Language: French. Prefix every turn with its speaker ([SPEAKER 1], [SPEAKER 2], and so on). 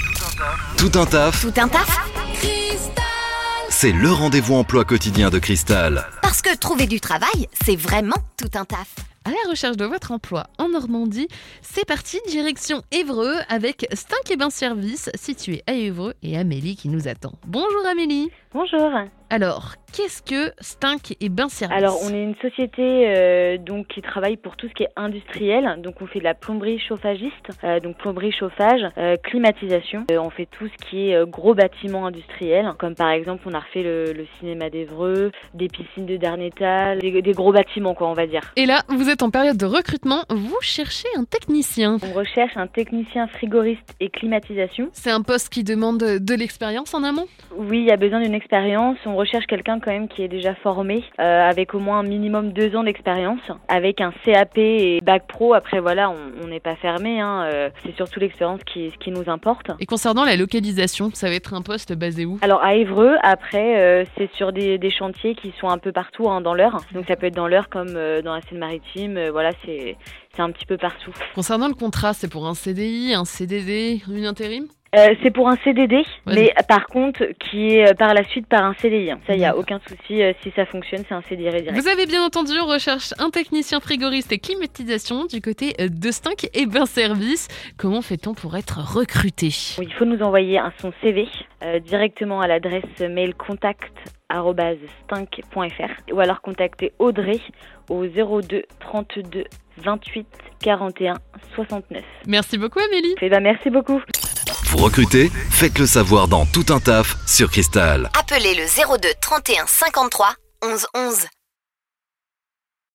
[SPEAKER 1] Tout un taf,
[SPEAKER 2] Tout un taf
[SPEAKER 1] c'est le rendez-vous emploi quotidien de Cristal.
[SPEAKER 2] Parce que trouver du travail, c'est vraiment tout un taf.
[SPEAKER 3] À la recherche de votre emploi en Normandie, c'est parti, direction Évreux avec Stink et Bain Service situé à Évreux et Amélie qui nous attend. Bonjour Amélie.
[SPEAKER 4] Bonjour.
[SPEAKER 3] Alors, qu'est-ce que Stink et Bain Service
[SPEAKER 4] Alors, on est une société euh, donc qui travaille pour tout ce qui est industriel. Donc, on fait de la plomberie chauffagiste, euh, donc plomberie chauffage, euh, climatisation. Euh, on fait tout ce qui est euh, gros bâtiments industriels, comme par exemple, on a refait le, le cinéma d'Evreux, des piscines de Darnétal, des, des gros bâtiments, quoi, on va dire.
[SPEAKER 3] Et là, vous êtes en période de recrutement, vous cherchez un technicien.
[SPEAKER 4] On recherche un technicien frigoriste et climatisation.
[SPEAKER 3] C'est un poste qui demande de l'expérience en amont
[SPEAKER 4] Oui, il y a besoin d'une expérience. On recherche quelqu'un quand même qui est déjà formé, euh, avec au moins un minimum deux ans d'expérience, avec un CAP et bac pro. Après voilà, on on n'est pas fermé. Hein, euh, c'est surtout l'expérience qui, qui nous importe.
[SPEAKER 3] Et concernant la localisation, ça va être un poste basé où
[SPEAKER 4] Alors à Évreux, après, euh, c'est sur des, des chantiers qui sont un peu partout hein, dans l'heure. Donc ça peut être dans l'heure comme euh, dans la Seine-Maritime. euh, voilà, c'est c'est un petit peu partout.
[SPEAKER 3] Concernant le contrat, c'est pour un CDI, un CDD, une intérim
[SPEAKER 4] Euh, c'est pour un CDD,
[SPEAKER 3] Vas-y.
[SPEAKER 4] mais euh, par contre qui est euh, par la suite par un CDI. hein. Ça, il y a
[SPEAKER 3] D'accord.
[SPEAKER 4] aucun souci. euh, si ça fonctionne, c'est un CDI direct.
[SPEAKER 3] Vous avez bien entendu, on recherche un technicien frigoriste et climatisation du côté euh, de Stink et Bain Service. Comment fait-on pour être recruté
[SPEAKER 4] Oui, Il faut nous envoyer un son CV euh, directement à l'adresse mail contact ou alors contacter Audrey au 02 32 28 41 69.
[SPEAKER 3] Merci beaucoup Amélie
[SPEAKER 4] Eh ben, merci beaucoup.
[SPEAKER 1] Vous recrutez Faites le savoir dans Tout un taf sur Cristal.
[SPEAKER 2] Appelez le 02 31 53 11 11.